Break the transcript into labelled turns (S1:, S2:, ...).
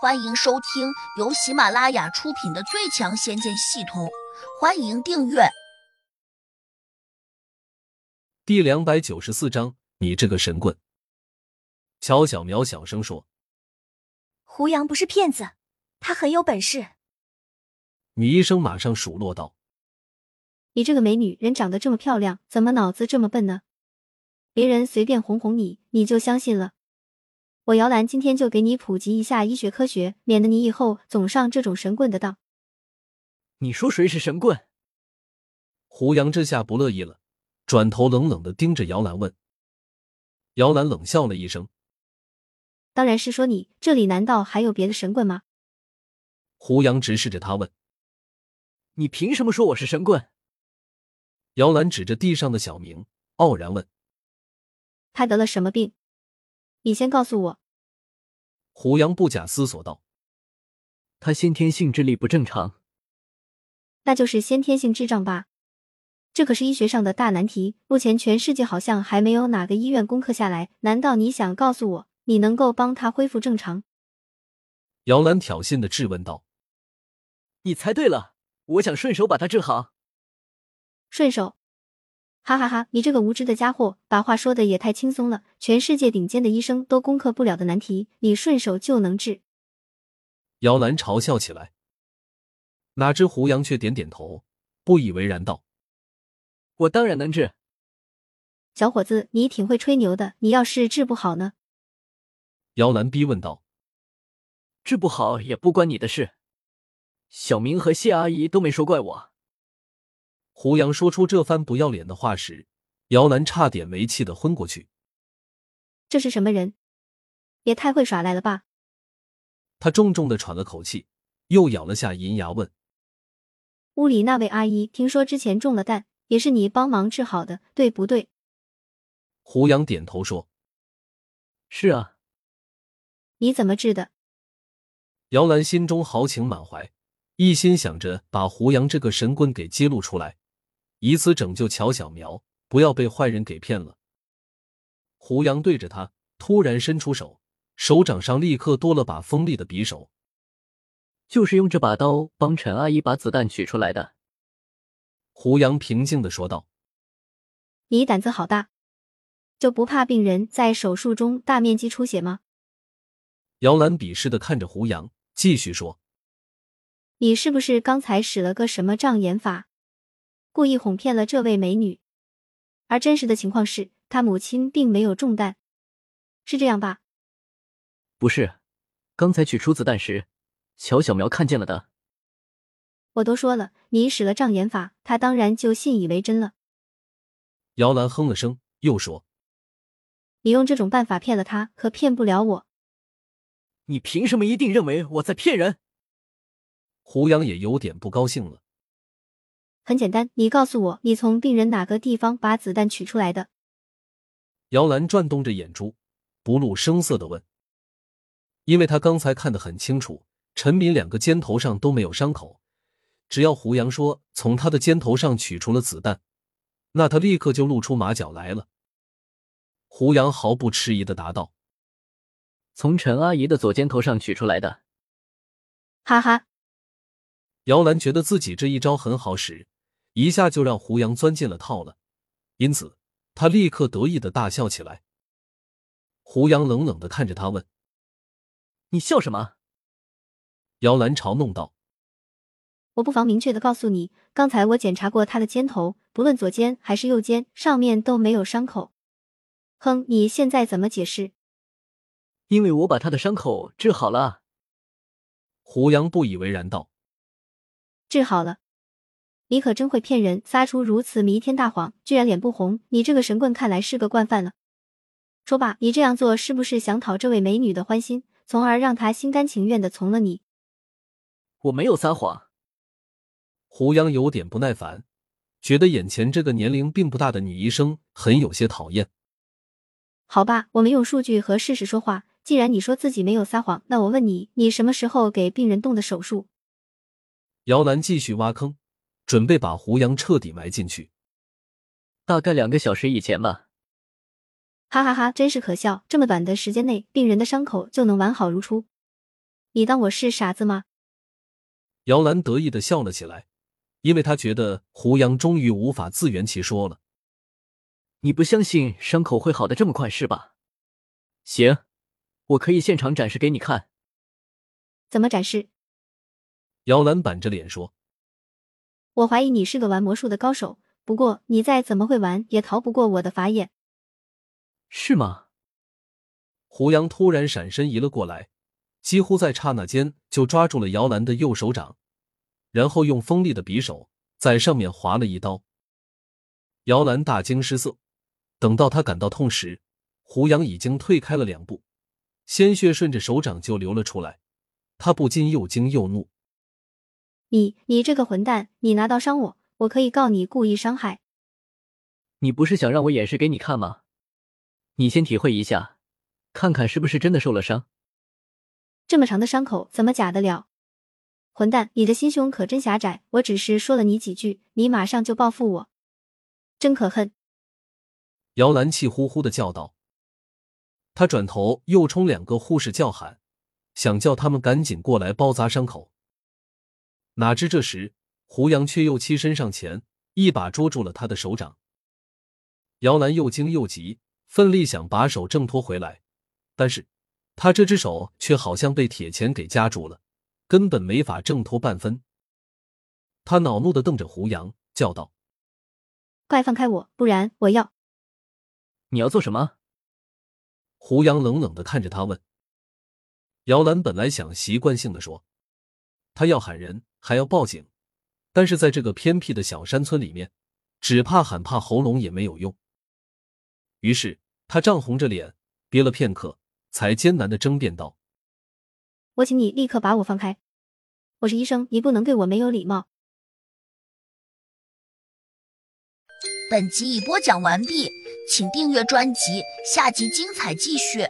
S1: 欢迎收听由喜马拉雅出品的《最强仙剑系统》，欢迎订阅。
S2: 第两百九十四章，你这个神棍！乔小苗小声说
S3: 胡杨不是骗子，他很有本事。：“
S2: 女医生马上数落道。
S4: 你这个美女人长得这么漂亮，怎么脑子这么笨呢？别人随便哄哄你，你就相信了。我姚兰今天就给你普及一下医学科学，免得你以后总上这种神棍的当。
S5: 你说谁是神棍？”
S2: 胡杨这下不乐意了，转头冷冷的盯着姚兰问。姚兰冷笑了一声。
S4: 当然是说你，这里难道还有别的神棍吗？
S2: 胡杨直视着他问。
S5: 你凭什么说我是神棍？
S2: 姚兰指着地上的小明，傲然问。
S4: 他得了什么病？你先告诉我。
S2: 胡杨不假思索道
S5: 他先天性智力不正常，
S4: 那就是先天性智障吧。这可是医学上的大难题，目前全世界好像还没有哪个医院攻克下来。难道你想告诉我，你能够帮他恢复正常？：“
S2: 姚兰挑衅的质问道。
S5: 你猜对了。我想顺手把他治好。
S4: 顺手。哈哈哈！你这个无知的家伙，把话说的也太轻松了。全世界顶尖的医生都攻克不了的难题，你顺手就能治。”
S2: 姚兰嘲笑起来。哪知胡杨却点点头，不以为然道
S5: 我当然能治。
S4: 小伙子，你挺会吹牛的。你要是治不好呢？：“
S2: 姚兰逼问道。”
S5: 治不好也不关你的事。小明和谢阿姨都没说怪我。
S2: 胡杨说出这番不要脸的话时，姚兰差点没气得昏过去。
S4: 这是什么人？也太会耍赖了吧！
S2: 她重重的喘了口气，又咬了下银牙，问
S4: 屋里那位阿姨，听说之前中了弹，也是你帮忙治好的，对不对？
S2: 胡杨点头说
S5: 是啊，
S4: 你怎么治的？：“
S2: 姚兰心中豪情满怀，一心想着把胡杨这个神棍给揭露出来，以此拯救乔小苗，不要被坏人给骗了。”胡杨对着他突然伸出手，手掌上立刻多了把锋利的匕首。
S5: 就是用这把刀帮陈阿姨把子弹取出来的。
S2: 胡杨平静的说道
S4: 你胆子好大，就不怕病人在手术中大面积出血吗？：“
S2: 姚兰鄙视的看着胡杨，继续说。”
S4: 你是不是刚才使了个什么障眼法，故意哄骗了这位美女？而真实的情况是，她母亲并没有中弹，是这样吧？
S5: 不是，刚才取出子弹时，乔小苗看见了的。
S4: 我都说了，你使了障眼法，她当然就信以为真了。
S2: 姚兰哼了声，又说。
S4: 你用这种办法骗了她，可骗不了我。
S5: 你凭什么一定认为我在骗人？
S2: 胡杨也有点不高兴了。
S4: 很简单，你告诉我，你从病人哪个地方把子弹取出来的？
S2: 姚兰转动着眼珠，不露声色的问：“因为他刚才看得很清楚，陈敏两个肩头上都没有伤口。只要胡杨说从他的肩头上取出了子弹，那他立刻就露出马脚来了。”胡杨毫不迟疑的答道
S5: 从陈阿姨的左肩头上取出来的。
S4: 哈哈，：“
S2: 姚兰觉得自己这一招很好使，一下就让胡杨钻进了套了，因此他立刻得意的大笑起来。”胡杨冷冷的看着他问。
S5: 你笑什么？
S2: 姚兰嘲弄道
S4: 我不妨明确的告诉你，刚才我检查过她的肩头，不论左肩还是右肩，上面都没有伤口。哼，你现在怎么解释？
S5: 因为我把她的伤口治好了。：“
S2: 胡杨不以为然道，
S4: 治好了。你可真会骗人，撒出如此弥天大谎，居然脸不红。你这个神棍看来是个惯犯了。说吧，你这样做是不是想讨这位美女的欢心，从而让她心甘情愿的从了你？
S5: 我没有撒谎。
S2: 胡杨有点不耐烦，觉得眼前这个年龄并不大的女医生很有些讨厌。
S4: 好吧，我们用数据和事实说话。既然你说自己没有撒谎，那我问你，你什么时候给病人动的手术？
S2: 姚兰继续挖坑，准备把胡杨彻底埋进去。
S5: 大概两个小时以前吧。
S4: 哈哈哈，真是可笑！这么短的时间内，病人的伤口就能完好如初。你当我是傻子吗？
S2: 姚兰得意的笑了起来，因为她觉得胡杨终于无法自圆其说了。
S5: 你不相信伤口会好的这么快是吧？行，我可以现场展示给你看。
S4: 怎么展示？
S2: 姚兰板着脸说
S4: 我怀疑你是个玩魔术的高手，不过你再怎么会玩，也逃不过我的法眼。
S5: 是吗？：“
S2: 胡杨突然闪身移了过来，几乎在刹那间就抓住了姚兰的右手掌，然后用锋利的匕首在上面划了一刀。”姚兰大惊失色，等到她感到痛时，胡杨已经退开了两步，鲜血顺着手掌就流了出来，她不禁又惊又怒。
S4: 你你这个混蛋，你拿刀伤我，我可以告你故意伤害。
S5: 你不是想让我演示给你看吗？你先体会一下，看看是不是真的受了伤。
S4: 这么长的伤口怎么假得了？混蛋，你的心胸可真狭窄！我只是说了你几句，你马上就报复我，真可恨！
S2: 姚兰气呼呼的叫道。她转头又冲两个护士叫喊，想叫他们赶紧过来包扎伤口。哪知这时，胡杨却又欺身上前，一把捉住了他的手掌。姚兰又惊又急，奋力想把手挣脱回来，但是她这只手却好像被铁钳给夹住了，根本没法挣脱半分。她恼怒的瞪着胡杨，叫道。
S4: 快放开我，不然我要……
S5: 你要做什么？
S2: 胡杨冷冷的看着他问。姚兰本来想习惯性的说，他要喊人，还要报警，但是在这个偏僻的小山村里面，只怕喊怕喉咙也没有用。于是他涨红着脸，憋了片刻，才艰难的争辩道
S4: 我请你立刻把我放开！我是医生，你不能对我没有礼貌。
S1: 本集已播讲完毕，请订阅专辑，下集精彩继续。